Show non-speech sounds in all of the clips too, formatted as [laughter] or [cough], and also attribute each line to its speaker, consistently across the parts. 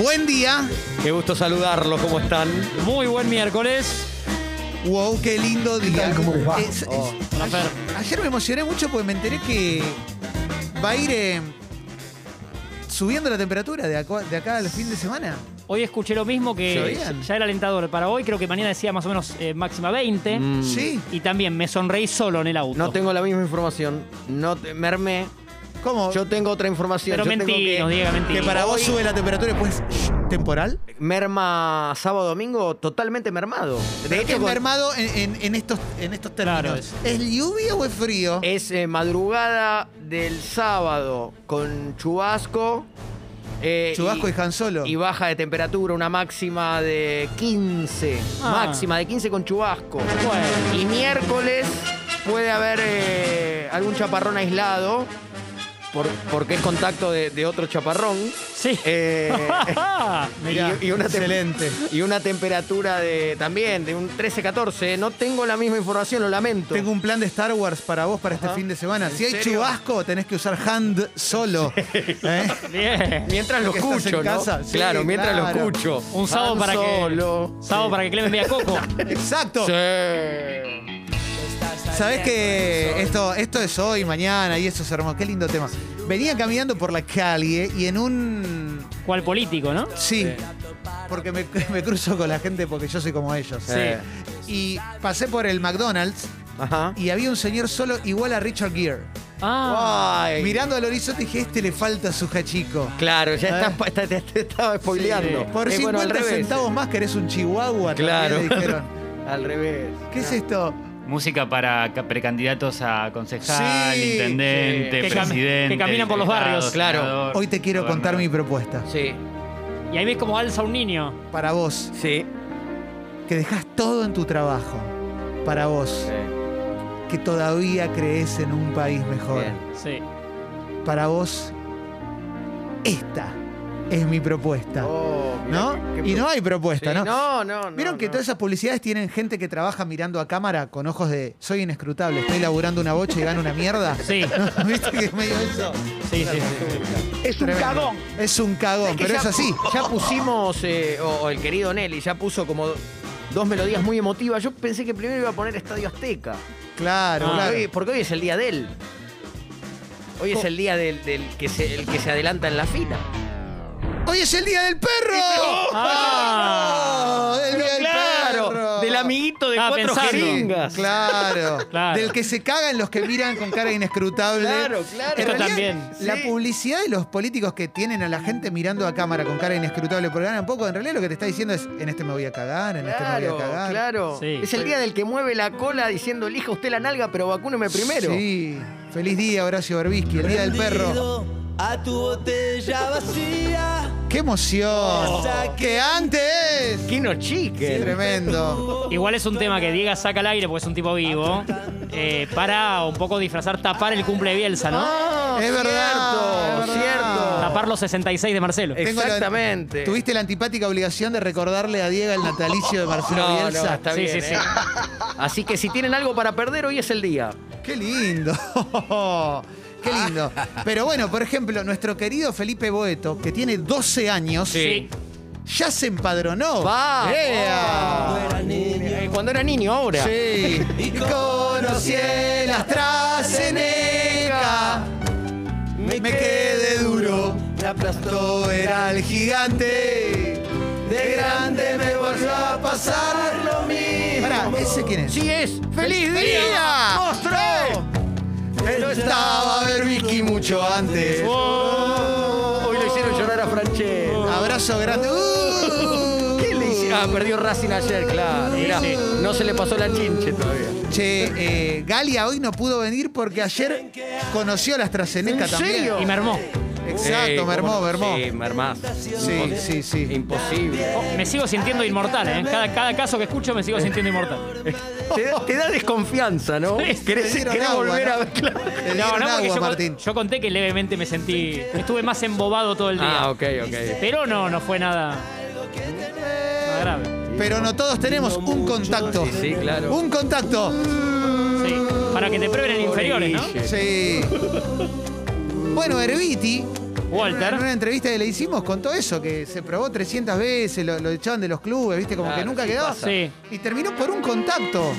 Speaker 1: Buen día.
Speaker 2: Qué gusto saludarlos, ¿cómo están? Muy buen miércoles.
Speaker 1: Wow, qué lindo día.
Speaker 3: tal? ¿Cómo les va?
Speaker 1: Es- es-
Speaker 2: Oh, hola,
Speaker 1: ayer,
Speaker 2: Fer.
Speaker 1: ayer me emocioné mucho porque me enteré que va a ir eh, subiendo la temperatura de acá, de acá al fin de semana.
Speaker 4: Hoy escuché lo mismo
Speaker 1: ¿Se
Speaker 4: que
Speaker 1: oían?
Speaker 4: ya era alentador para hoy. Creo que mañana decía más o menos eh, máxima 20.
Speaker 2: Mm,
Speaker 1: Sí.
Speaker 4: Y también me sonreí solo en el auto.
Speaker 2: No tengo la misma información. No te, me armé.
Speaker 1: ¿Cómo?
Speaker 2: Yo tengo otra información.
Speaker 4: Pero
Speaker 2: Yo tengo
Speaker 4: mentiros,
Speaker 2: que-
Speaker 4: Diego, mentiros.
Speaker 1: que para vos
Speaker 2: hoy-
Speaker 1: sube la temperatura y después shh, temporal.
Speaker 2: merma sábado domingo totalmente mermado.
Speaker 1: De hecho, es
Speaker 2: con-
Speaker 1: mermado en, en- en estos, en estos términos.
Speaker 4: Claro,
Speaker 1: ¿Es, lluvia o es frío?
Speaker 2: es eh, madrugada del sábado con chubasco. eh,
Speaker 1: Chubasco y Han Solo.
Speaker 2: y baja de temperatura, una máxima de 15.
Speaker 4: Ah.
Speaker 2: Máxima de 15 con chubasco.
Speaker 4: Bueno.
Speaker 2: Y miércoles puede haber eh, algún chaparrón aislado, por- porque es contacto de, de otro chaparrón.
Speaker 4: Sí.
Speaker 2: Eh,
Speaker 1: [laughs] Mirá,
Speaker 2: y- y una tem- [laughs]
Speaker 1: excelente.
Speaker 2: y una temperatura de también de un 13-14. No tengo la misma información, lo lamento.
Speaker 1: Tengo un plan de Star Wars para vos para este
Speaker 2: Ajá.
Speaker 1: fin de semana.
Speaker 2: ¿En
Speaker 1: Si hay
Speaker 2: serio?
Speaker 1: chubasco, tenés que usar hand
Speaker 2: [laughs]
Speaker 1: solo. ¿Eh?
Speaker 4: Bien.
Speaker 2: Mientras lo
Speaker 1: Porque estás
Speaker 2: escucho,
Speaker 1: en
Speaker 2: ¿no?
Speaker 1: casa. Sí,
Speaker 2: claro, mientras
Speaker 1: claro.
Speaker 2: lo escucho.
Speaker 4: Un sábado
Speaker 2: Tan
Speaker 4: para
Speaker 2: solo.
Speaker 4: que. Sábado para que Clemen
Speaker 2: [laughs]
Speaker 4: vea Coco.
Speaker 1: Exacto.
Speaker 2: Sí.
Speaker 1: Sabés que esto, esto es hoy, mañana, y eso es hermoso. Qué lindo tema. Venía caminando por la calle y en un.
Speaker 4: ¿Cuál político, no?
Speaker 1: Sí. Porque me, [laughs] me cruzo con la gente porque yo soy como ellos.
Speaker 2: Sí.
Speaker 1: Y pasé por el McDonald's
Speaker 2: Ajá.
Speaker 1: y había un señor solo igual a Richard Gere.
Speaker 4: Ah.
Speaker 2: Ay.
Speaker 1: Mirando al horizonte dije, este le falta su hachico.
Speaker 2: Claro, ya
Speaker 1: Eh.
Speaker 2: estás, pa- está- te, te estaba spoileando.
Speaker 4: Sí.
Speaker 1: Por
Speaker 2: Eh,
Speaker 1: 50
Speaker 2: bueno, al revés.
Speaker 1: centavos más que eres un chihuahua. también
Speaker 2: Claro.
Speaker 1: le dijeron.
Speaker 2: Al revés.
Speaker 1: ¿Qué es
Speaker 2: [laughs]
Speaker 1: esto?
Speaker 5: Música para ca- precandidatos a concejal,
Speaker 1: Sí,
Speaker 5: intendente,
Speaker 4: sí. Que cam-
Speaker 5: presidente.
Speaker 4: que caminan por los barrios.
Speaker 2: Claro.
Speaker 5: senador,
Speaker 1: Hoy te quiero contar mi
Speaker 5: gobernador.
Speaker 1: propuesta.
Speaker 2: Sí.
Speaker 4: Y ahí ves como alza un niño.
Speaker 1: Para vos,
Speaker 2: Sí.
Speaker 1: que dejas todo en tu trabajo. Para vos, que todavía crees en un país mejor.
Speaker 2: Bien.
Speaker 4: Sí.
Speaker 1: Para vos, esta es mi propuesta.
Speaker 2: Oh, mirá
Speaker 1: ¿No?
Speaker 2: qué- qué
Speaker 1: Y no hay
Speaker 2: pro-
Speaker 1: propuesta,
Speaker 2: Sí,
Speaker 1: ¿no?
Speaker 2: No, no, no.
Speaker 1: Vieron que
Speaker 2: no.
Speaker 1: todas esas publicidades tienen gente que trabaja mirando a cámara con ojos de soy inescrutable, estoy laburando una bocha y gano una mierda. [laughs]
Speaker 4: Sí.
Speaker 1: ¿Viste que es medio eso?
Speaker 4: Sí, sí.
Speaker 1: Es un cagón. Es un cagón,
Speaker 2: que
Speaker 1: pero
Speaker 2: ya
Speaker 1: es así.
Speaker 2: pu- Ya pusimos, eh, o, o el querido Nelly, ya puso como do- dos melodías muy emotivas. Yo pensé que primero iba a poner Estadio Azteca.
Speaker 1: Claro,
Speaker 4: Ah,
Speaker 2: Porque,
Speaker 1: claro.
Speaker 2: hoy, porque hoy es el día de él. Hoy es el día del, del que se, el que se adelanta en la fila.
Speaker 1: ¡Hoy es el día del perro! [laughs]
Speaker 4: Ah.
Speaker 1: ¡Oh, el día del perro! Ah,
Speaker 2: del amiguito de
Speaker 4: Estaba
Speaker 2: cuatro
Speaker 4: pensando.
Speaker 2: jeringas. [laughs]
Speaker 1: Claro.
Speaker 4: Claro.
Speaker 1: Del que se cagan los que miran con cara inescrutable.
Speaker 2: Claro, claro.
Speaker 1: En
Speaker 4: Esto
Speaker 1: realidad,
Speaker 4: también.
Speaker 1: La
Speaker 2: Sí.
Speaker 1: publicidad de los políticos que tienen a la gente mirando a cámara con cara inescrutable por ganan poco, en realidad lo que te está diciendo es: en este me voy a cagar, en este me
Speaker 2: Claro,
Speaker 1: voy a cagar.
Speaker 2: claro.
Speaker 4: Sí.
Speaker 2: Es el día del que mueve la cola diciendo, elija usted la nalga, pero vacúneme primero.
Speaker 1: Sí. Feliz día, Horacio Berbisky, el día del perro.
Speaker 6: A tu botella vacía.
Speaker 1: ¡Qué emoción! ¡Que antes!
Speaker 2: Kino Chicken.
Speaker 1: Tremendo.
Speaker 4: Igual es un tema que Diego saca al aire porque es un tipo vivo. eh, para un poco disfrazar, tapar el cumple de Bielsa, ¿no?
Speaker 2: Ah,
Speaker 1: Es
Speaker 2: cierto,
Speaker 1: verdad, es verdad.
Speaker 2: cierto.
Speaker 4: Tapar los 66 de Marcelo.
Speaker 2: Eh,
Speaker 1: Tengo la-
Speaker 2: Exactamente.
Speaker 1: tuviste la antipática obligación de recordarle a Diego el natalicio de Marcelo
Speaker 2: No, no,
Speaker 1: Bielsa.
Speaker 2: está
Speaker 4: Sí,
Speaker 2: bien.
Speaker 4: sí, sí.
Speaker 2: ¿eh? Así que si tienen algo para perder, hoy es el día.
Speaker 1: Qué lindo. Qué lindo. [laughs] Pero bueno, por ejemplo, nuestro querido Felipe Boeto, que tiene 12 años, ya se empadronó.
Speaker 2: ¡Va!
Speaker 1: ¡Ea!
Speaker 2: Eh, Cuando era niño, ahora.
Speaker 1: Sí. Y conocí el AstraZeneca. Me quedé duro. Me aplastó, era el gigante. De grande me volvió a pasar lo mismo. Pará, ¿ese quién es?
Speaker 2: Sí es. ¡Feliz día!
Speaker 1: día!
Speaker 2: ¡Monstruo!
Speaker 1: Pero estaba Berbisky mucho antes.
Speaker 2: Hoy lo hicieron llorar a Franchet.
Speaker 1: Abrazo grande. Uh.
Speaker 2: ¿Qué le hicieron? Ah, perdió Racing ayer, claro.
Speaker 4: Sí,
Speaker 2: Mirá,
Speaker 4: sí.
Speaker 2: no se le pasó la chinche todavía.
Speaker 1: Che, eh, Galia hoy no pudo venir porque ayer conoció a la AstraZeneca
Speaker 2: ¿En
Speaker 1: también.
Speaker 2: serio?
Speaker 4: Y me armó.
Speaker 1: Exacto,
Speaker 2: Sí,
Speaker 1: mermó,
Speaker 2: cómo no.
Speaker 1: mermó.
Speaker 2: Sí, mermás.
Speaker 1: Sí, sí, sí.
Speaker 2: Imposible.
Speaker 4: Oh, Me sigo sintiendo inmortal, ¿eh? Cada, cada caso que escucho me sigo
Speaker 1: [laughs]
Speaker 4: sintiendo inmortal.
Speaker 2: Te, da- te da desconfianza, ¿no?
Speaker 4: Sí, sí.
Speaker 2: Querés,
Speaker 1: Te dieron
Speaker 2: querés
Speaker 1: agua,
Speaker 2: volver
Speaker 1: ¿no?
Speaker 2: a ver. claro.
Speaker 1: Te dieron
Speaker 4: porque
Speaker 1: agua,
Speaker 4: yo, con-
Speaker 1: Martín.
Speaker 4: yo conté que levemente me sentí. Estuve más embobado todo el día.
Speaker 2: Ah, ok, ok.
Speaker 4: Pero no, no fue nada, nada grave.
Speaker 1: Pero no todos tenemos un contacto.
Speaker 2: Sí, sí, claro.
Speaker 1: Un contacto.
Speaker 4: Sí. Para que te prueben en inferiores, ¿no?
Speaker 2: Pobre Guille.
Speaker 1: Sí. Bueno, Herbiti
Speaker 4: Walter.
Speaker 1: En una entrevista que le hicimos contó eso, que se probó 300 veces, lo, lo echaban de los clubes, ¿viste? Como
Speaker 2: Claro,
Speaker 1: que nunca
Speaker 2: sí
Speaker 1: quedó.
Speaker 2: pasa.
Speaker 4: Sí.
Speaker 1: Y terminó por un contacto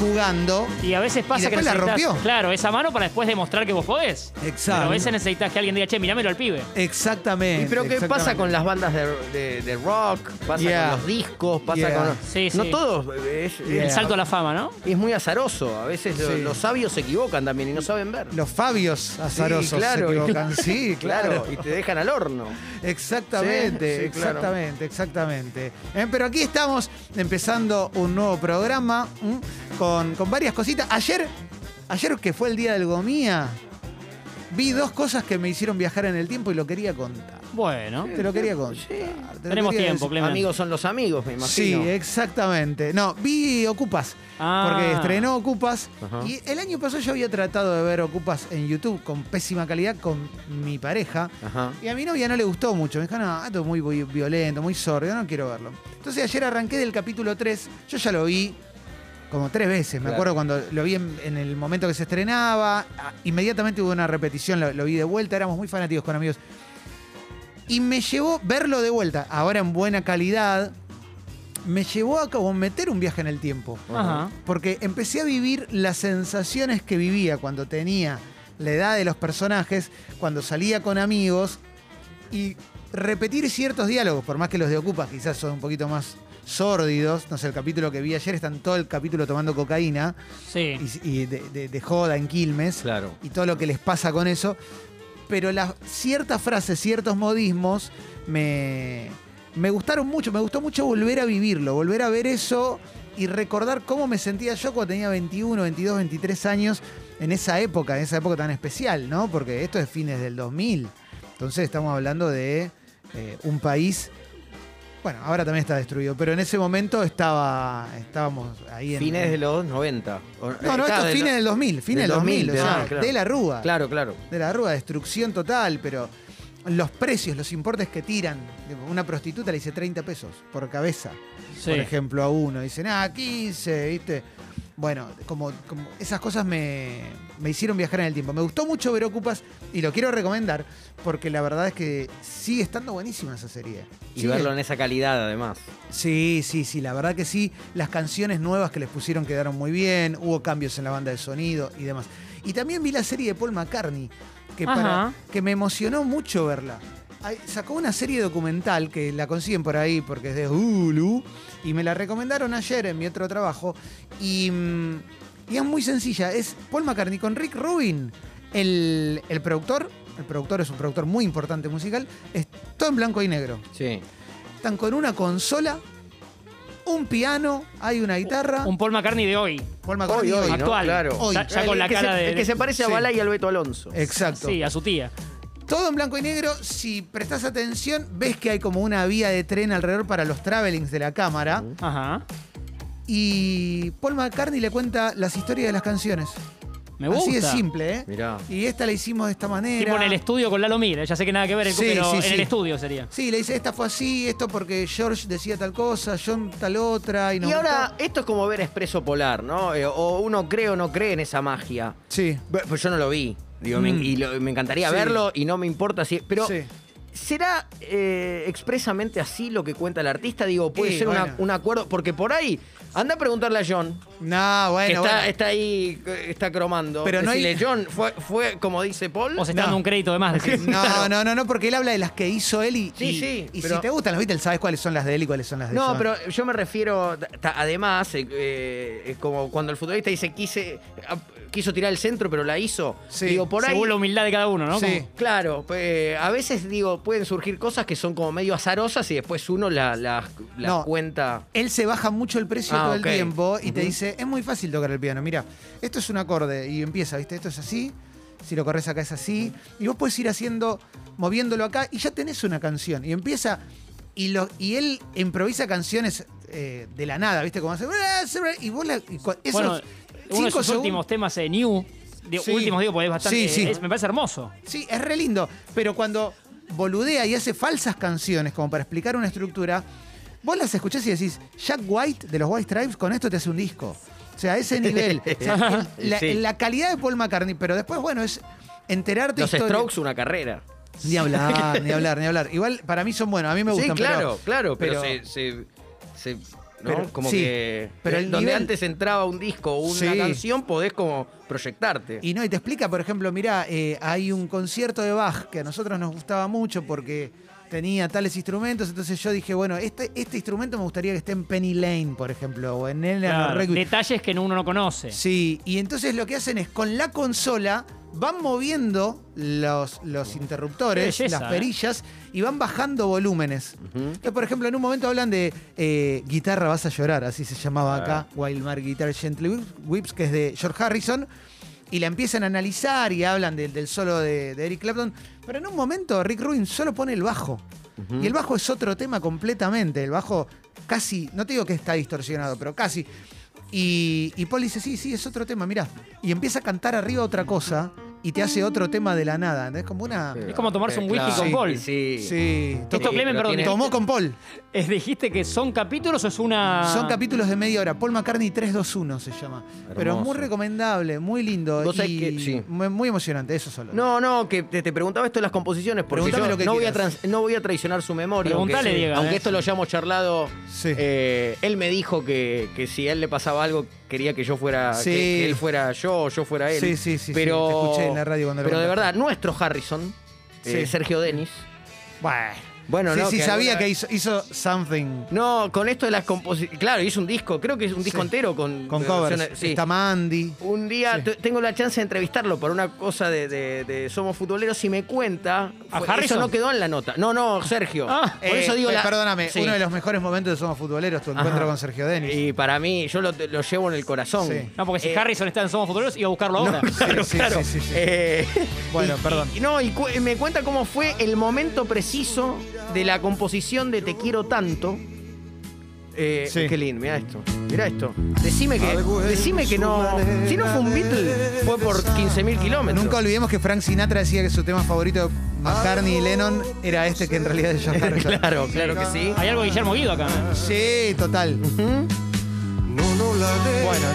Speaker 1: jugando.
Speaker 4: Y a veces
Speaker 1: Y
Speaker 4: pasa que
Speaker 1: después la
Speaker 4: necesitas-
Speaker 1: rompió.
Speaker 4: Claro, esa mano para después demostrar que vos podés.
Speaker 1: Exacto.
Speaker 4: Pero a veces necesitas que alguien diga, che, mirámelo al pibe.
Speaker 1: Exactamente.
Speaker 2: Y pero ¿qué pasa
Speaker 1: Eh, exactamente.
Speaker 2: con las bandas de, de- de rock? Pasa
Speaker 1: Yeah.
Speaker 2: con los discos, pasa
Speaker 1: Yeah.
Speaker 2: con...
Speaker 4: Sí,
Speaker 2: No
Speaker 4: sí.
Speaker 2: todos, eh, es, es-
Speaker 1: Yeah.
Speaker 4: El salto a la fama, ¿no?
Speaker 2: es muy azaroso. A veces lo-
Speaker 1: Sí.
Speaker 2: los sabios se equivocan también y no saben ver.
Speaker 1: Los Fabios azarosos
Speaker 2: sí, claro,
Speaker 1: se equivocan. Sí, claro.
Speaker 2: Y te dejan al horno.
Speaker 1: Exactamente,
Speaker 2: Sí, sí, claro.
Speaker 1: exactamente, exactamente. Eh, Pero aquí estamos empezando un nuevo programa ¿m? con, con varias cositas. Ayer, ayer que fue el día del Gomía, vi dos cosas que me hicieron viajar en el tiempo y lo quería contar.
Speaker 4: Bueno.
Speaker 1: Te lo quería contar. te lo
Speaker 4: Tenemos
Speaker 1: quería
Speaker 4: tiempo,
Speaker 1: decir.
Speaker 4: Clemente.
Speaker 2: Amigos son los amigos, me
Speaker 1: Sí, eh.
Speaker 2: imagino.
Speaker 1: exactamente. No, vi Ocupas,
Speaker 4: Ah.
Speaker 1: porque estrenó Ocupas.
Speaker 2: Ajá.
Speaker 1: Y el año pasado yo había tratado de ver Ocupas en YouTube con pésima calidad con mi pareja.
Speaker 2: Ajá.
Speaker 1: Y a mi novia no le gustó mucho. Me dijo, no, esto es muy, vi- violento, muy sordo, no quiero verlo. Entonces ayer arranqué del capítulo 3. Yo ya lo vi como tres veces. Me
Speaker 2: Claro.
Speaker 1: acuerdo cuando lo vi en, en el momento que se estrenaba. Ah, Inmediatamente hubo una repetición, lo, lo vi de vuelta. Éramos muy fanáticos con amigos. Y me llevó verlo de vuelta, ahora en buena calidad. Me llevó a como meter un viaje en el tiempo.
Speaker 4: Ajá.
Speaker 1: Porque empecé a vivir las sensaciones que vivía cuando tenía la edad de los personajes, cuando salía con amigos y repetir ciertos diálogos, por más que los de Ocupas quizás son un poquito más sórdidos. No sé, el capítulo que vi ayer están todo el capítulo tomando cocaína
Speaker 4: Sí.
Speaker 1: y, y de, de- de joda en Quilmes
Speaker 2: Claro.
Speaker 1: y todo lo que les pasa con eso. Pero las ciertas frases, ciertos modismos me, me gustaron mucho. Me gustó mucho volver a vivirlo, volver a ver eso y recordar cómo me sentía yo cuando tenía 21, 22, 23 años en esa época, en esa época tan especial, ¿no? Porque esto es fines del 2000. Entonces estamos hablando de eh, un país. Bueno, ahora también está destruido, pero en ese momento estaba, estábamos ahí en.
Speaker 2: Fines de los 90. O-
Speaker 1: No, no,
Speaker 2: eh,
Speaker 1: esto
Speaker 2: de
Speaker 1: es fines
Speaker 2: lo-
Speaker 1: del 2000, fines del
Speaker 2: del
Speaker 1: 2000,
Speaker 2: 2000,
Speaker 1: o sea,
Speaker 2: ah, claro.
Speaker 1: de la Rúa.
Speaker 2: Claro, claro.
Speaker 1: De la Rúa, destrucción total, pero los precios, los importes que tiran. Tipo, Una prostituta le dice 30 pesos por cabeza,
Speaker 4: Sí.
Speaker 1: por ejemplo, a uno. Dicen, ah, 15, ¿viste? Bueno, como, como esas cosas me, me hicieron viajar en el tiempo. Me gustó mucho ver Ocupas y lo quiero recomendar porque la verdad es que sigue estando buenísima esa serie.
Speaker 2: Y
Speaker 1: Sigue-
Speaker 2: verlo en esa calidad, además.
Speaker 1: Sí, sí, sí, la verdad que sí. Las canciones nuevas que les pusieron quedaron muy bien, hubo cambios en la banda de sonido y demás. Y también vi la serie de Paul McCartney, que, para-
Speaker 4: Ajá.
Speaker 1: que me emocionó mucho verla. Ay, Sacó una serie documental que la consiguen por ahí porque es de Hulu y me la recomendaron ayer en mi otro trabajo y, mm, y es muy sencilla, es Paul McCartney con Rick Rubin, el, el productor, el productor es un productor muy importante musical, es todo en blanco y negro
Speaker 2: Sí.
Speaker 1: están con una consola, un piano, hay una guitarra.
Speaker 4: Un Paul McCartney de hoy.
Speaker 1: Paul McCartney
Speaker 2: Hoy, hoy,
Speaker 1: hoy.
Speaker 2: ¿no?
Speaker 4: Actual.
Speaker 2: Claro.
Speaker 1: Hoy.
Speaker 4: Ya, ya con la
Speaker 2: El que
Speaker 4: cara
Speaker 2: se-
Speaker 4: de.
Speaker 2: El que se parece a
Speaker 1: Sí.
Speaker 2: Bala y al Beto Alonso.
Speaker 1: Eh, Exacto.
Speaker 4: Sí, a su tía.
Speaker 1: Todo en blanco y negro. Si prestas atención, ves que hay como una vía de tren alrededor para los travelings de la cámara.
Speaker 4: Ajá.
Speaker 1: Y Paul McCartney le cuenta las historias de las canciones.
Speaker 4: Me gusta.
Speaker 1: Así es simple, ¿eh?
Speaker 2: Mirá.
Speaker 1: Y esta la hicimos de esta manera.
Speaker 4: Tipo en el estudio con Lalo Mir. Ya sé que nada que ver, el-
Speaker 1: Sí,
Speaker 4: pero
Speaker 1: sí,
Speaker 4: en
Speaker 1: sí.
Speaker 4: el estudio sería.
Speaker 1: Sí, le dice, esta fue así, esto porque George decía tal cosa, John tal otra. Y, nos
Speaker 2: Y ahora,
Speaker 1: gustó.
Speaker 2: esto es como ver Expreso Polar, ¿no? Eh, o uno cree o no cree en esa magia.
Speaker 1: Sí.
Speaker 2: Bueno, Pues yo no lo vi. Digo, me,
Speaker 1: Mm.
Speaker 2: y lo- me encantaría
Speaker 1: Sí.
Speaker 2: verlo y no me importa si. Pero,
Speaker 1: Sí.
Speaker 2: ¿será eh, expresamente así lo que cuenta el artista? Digo, puede
Speaker 1: Eh,
Speaker 2: ser una-
Speaker 1: bueno.
Speaker 2: un acuerdo. Porque por ahí, anda a preguntarle a John,
Speaker 1: No, bueno.
Speaker 2: que está,
Speaker 1: bueno.
Speaker 2: está ahí, eh, está cromando.
Speaker 1: Pero no hay-
Speaker 2: Decirle, John, fue, fue como dice Paul.
Speaker 4: O se está
Speaker 1: No.
Speaker 4: dando un crédito
Speaker 1: [laughs]
Speaker 4: de más. decís.
Speaker 1: No, no, no, no, porque él habla de las que hizo él y,
Speaker 2: Sí,
Speaker 1: y-
Speaker 2: sí,
Speaker 1: y si
Speaker 2: pero-
Speaker 1: te gustan los Beatles, sabes cuáles son las de él y cuáles son las de
Speaker 2: No,
Speaker 1: John.
Speaker 2: pero yo me refiero, ta- ta- además, eh, eh, es como cuando el futbolista dice quise, a- quiso tirar el centro, pero la hizo.
Speaker 1: Sí,
Speaker 2: digo, por ahí.
Speaker 4: Según la humildad de cada uno, ¿no?
Speaker 1: Sí.
Speaker 4: Como-
Speaker 2: Claro, eh, a veces digo, pueden surgir cosas que son como medio azarosas y después uno las la, la
Speaker 1: No.
Speaker 2: cuenta.
Speaker 1: Él se baja mucho el precio
Speaker 2: Ah,
Speaker 1: todo
Speaker 2: ok.
Speaker 1: el tiempo y te
Speaker 2: Ujú.
Speaker 1: dice, es muy fácil tocar el piano, mira, esto es un acorde y empieza, ¿viste? Esto es así, si lo corres acá es así, y vos podés ir haciendo, moviéndolo acá y ya tenés una canción y empieza... Y, lo, y él improvisa canciones eh, de la nada, ¿viste? Como hace... Y vos la, y cua- esos
Speaker 4: Bueno, uno
Speaker 1: cinco
Speaker 4: de sus
Speaker 1: segundos-
Speaker 4: últimos temas de New. digo,
Speaker 1: Sí.
Speaker 4: Últimos digo, porque es bastante.
Speaker 1: Sí, sí.
Speaker 4: es- me parece hermoso.
Speaker 1: Sí, es re lindo. Pero cuando boludea y hace falsas canciones como para explicar una estructura, vos las escuchás y decís, Jack White de los White Stripes con esto te hace un disco. O sea, a ese nivel. O sea, el- la,
Speaker 2: [laughs] Sí.
Speaker 1: la calidad de Paul McCartney, pero después, bueno, es enterarte
Speaker 2: Los
Speaker 1: histori-
Speaker 2: Strokes, una carrera.
Speaker 1: Ni
Speaker 2: [laughs]
Speaker 1: hablar, ni hablar, ni hablar. Igual para mí son buenos, a mí me
Speaker 2: sí,
Speaker 1: gustan. pero-
Speaker 2: claro, claro, pero,
Speaker 1: pero-
Speaker 2: se, se- se- ¿no?
Speaker 1: Pero-
Speaker 2: como
Speaker 1: sí,
Speaker 2: que
Speaker 1: pero el
Speaker 2: donde
Speaker 1: nivel-
Speaker 2: antes entraba un disco o una
Speaker 1: Sí.
Speaker 2: canción podés como proyectarte.
Speaker 1: Y no, y te explica, por ejemplo, mira, hay un concierto de Bach que a nosotros nos gustaba mucho porque tenía tales instrumentos, entonces yo dije, bueno, este, este instrumento me gustaría que esté en Penny Lane, por ejemplo, o en Eleanor
Speaker 4: Claro,
Speaker 1: Rigby.
Speaker 4: Detalles que uno no conoce.
Speaker 1: Sí, y entonces lo que hacen es con la consola van moviendo los, los interruptores,
Speaker 4: Qué belleza,
Speaker 1: las
Speaker 4: ¿eh?
Speaker 1: perillas, y van bajando volúmenes.
Speaker 2: Ujú.
Speaker 1: Entonces, por ejemplo, en un momento hablan de eh, Guitarra vas a llorar, así se llamaba acá, Wildmar Guitar Gently Whips, que es de George Harrison, y la empiezan a analizar y hablan del- del solo de, de Eric Clapton, pero en un momento Rick Rubin solo pone el bajo. Y el bajo es otro tema completamente. El bajo casi, no te digo que está distorsionado, pero casi. Y, y Paul dice, sí, sí, es otro tema, mirá. Y empieza a cantar arriba otra cosa y te hace otro tema de la nada. Es como una...
Speaker 4: Es como tomarse un whisky
Speaker 1: con
Speaker 4: Paul.
Speaker 2: Eh, Sí.
Speaker 1: Sí. to-
Speaker 4: Esto, Clemen,
Speaker 2: pero
Speaker 4: perdón,
Speaker 2: tiene-
Speaker 1: Tomó con Paul.
Speaker 4: Eh, ¿Dijiste que son capítulos o es
Speaker 2: Ah.
Speaker 4: una...?
Speaker 1: Son capítulos de media hora. Paul McCartney 321 se llama. Pero es muy
Speaker 2: Hermoso.
Speaker 1: recomendable, muy lindo.
Speaker 2: Vos sabés
Speaker 1: y
Speaker 2: que- sí.
Speaker 1: muy, muy emocionante, eso solo.
Speaker 2: No, no, que te, te preguntaba esto de las composiciones, porque
Speaker 1: Preguntame
Speaker 2: yo
Speaker 1: lo que
Speaker 2: no, voy a
Speaker 1: quieras.
Speaker 2: trans- no voy a traicionar su memoria.
Speaker 4: Preguntale,
Speaker 2: aunque,
Speaker 4: Diego,
Speaker 2: aunque
Speaker 4: eh.
Speaker 2: esto lo hayamos charlado,
Speaker 1: Sí.
Speaker 2: eh, él me dijo que, que si a él le pasaba algo, quería que yo fuera,
Speaker 1: Sí.
Speaker 2: que, que él fuera yo, o yo fuera él.
Speaker 1: Sí, sí, sí, sí,
Speaker 2: Pero,
Speaker 1: te escuché en la radio cuando lo
Speaker 2: Pero de
Speaker 1: contaste.
Speaker 2: verdad, nuestro Harrison, eh,
Speaker 1: Sí.
Speaker 2: Sergio Denis.
Speaker 1: Bueno.
Speaker 2: Bueno,
Speaker 1: sí,
Speaker 2: no,
Speaker 1: sí,
Speaker 2: que
Speaker 1: sabía
Speaker 2: alguna-
Speaker 1: que hizo, hizo something
Speaker 2: No, con esto de las composiciones. Claro, hizo un disco, creo que es un disco
Speaker 1: Sí.
Speaker 2: entero con.
Speaker 1: con
Speaker 2: eh,
Speaker 1: covers.
Speaker 2: versiones- sí.
Speaker 1: Está Mandy.
Speaker 2: Un día te- tengo la chance de entrevistarlo por una cosa de, de- de Somos Futboleros y me cuenta.
Speaker 4: ¿A
Speaker 2: fue-
Speaker 4: Harrison?
Speaker 2: Eso no quedó en la nota. No, no, Sergio.
Speaker 4: Ah.
Speaker 2: por
Speaker 1: Eh,
Speaker 2: eso digo
Speaker 1: pe-
Speaker 2: la-
Speaker 1: Perdóname,
Speaker 2: Sí.
Speaker 1: uno de los mejores momentos de Somos Futboleros, tu
Speaker 2: Ajá.
Speaker 1: encuentro con Sergio Denis.
Speaker 2: Y para mí, yo lo, lo llevo en el corazón.
Speaker 1: Sí.
Speaker 4: No, porque si
Speaker 2: Eh,
Speaker 4: Harrison está en Somos Futuros, iba a buscarlo ahora.
Speaker 2: Claro,
Speaker 1: Sí, sí,
Speaker 2: claro.
Speaker 1: sí, sí, sí.
Speaker 2: [laughs] Eh,
Speaker 1: Bueno,
Speaker 2: y-
Speaker 1: perdón.
Speaker 2: y- no, y cu- me cuenta cómo fue el momento preciso de la composición de Te quiero tanto. Eh,
Speaker 1: Sí.
Speaker 2: Qué lindo, mira esto. Mira esto. Decime que, decime que no. Si no fue un Beatle, fue por 15.000 kilómetros.
Speaker 1: Nunca olvidemos que Frank Sinatra decía que su tema favorito de McCartney y Lennon era este que en realidad es
Speaker 2: [laughs]
Speaker 1: George Harrison.
Speaker 2: Claro, claro que sí.
Speaker 4: Hay algo de Guillermo Guido acá. ¿eh?
Speaker 1: Sí, total.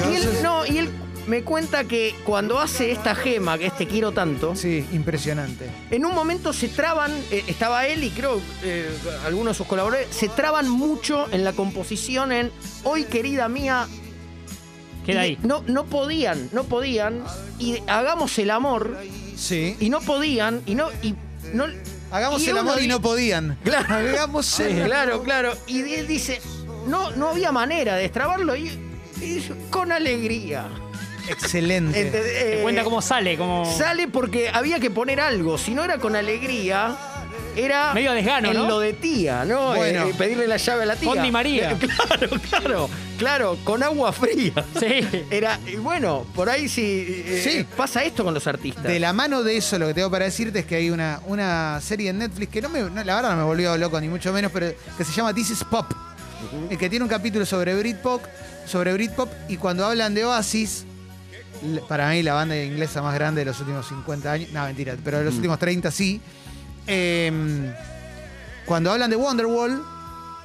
Speaker 2: Y él, no, y él me cuenta que cuando hace esta gema, que es Te quiero tanto,
Speaker 1: Sí, impresionante.
Speaker 2: en un momento se traban, eh, estaba él y creo eh, algunos de sus colaboradores, se traban mucho en la composición en Hoy querida mía.
Speaker 4: Queda
Speaker 2: Y
Speaker 1: Eh,
Speaker 4: ahí.
Speaker 2: No, no podían, no podían. Y hagamos el amor.
Speaker 1: Sí.
Speaker 2: Y no podían. Y no. Y no
Speaker 1: Hagamos
Speaker 2: y
Speaker 1: el
Speaker 2: uno
Speaker 1: amor y
Speaker 2: di-
Speaker 1: no podían.
Speaker 2: Claro.
Speaker 1: Hagamos el
Speaker 2: Claro, claro. Y él dice, no, no había manera de destrabarlo. Y, y yo, con alegría.
Speaker 1: Excelente.
Speaker 2: Entendés,
Speaker 4: Te
Speaker 2: eh,
Speaker 4: cuenta cómo sale, como...
Speaker 1: eh,
Speaker 2: Sale porque había que poner algo. Si no era con alegría, era.
Speaker 4: Medio desgano,
Speaker 2: en
Speaker 4: ¿no?
Speaker 2: lo de tía, ¿no?
Speaker 1: Bueno.
Speaker 2: Eh, eh, pedirle la llave a la tía.
Speaker 4: Fondi María.
Speaker 2: [laughs] Claro, claro. Claro, con agua fría.
Speaker 4: Sí.
Speaker 2: Era. y bueno, por ahí sí. eh,
Speaker 1: Sí.
Speaker 2: Pasa esto con los artistas.
Speaker 1: De la mano de eso, lo que tengo para decirte es que hay una, una serie en Netflix que no me, no, la verdad no me volvió loco, ni mucho menos, pero que se llama This is Pop. eh, Que tiene un capítulo sobre Britpop, sobre Britpop, y cuando hablan de Oasis, l- para mí la banda inglesa más grande de los últimos 50 años, no, mentira, pero de los últimos 30 sí. em, cuando hablan de Wonderwall,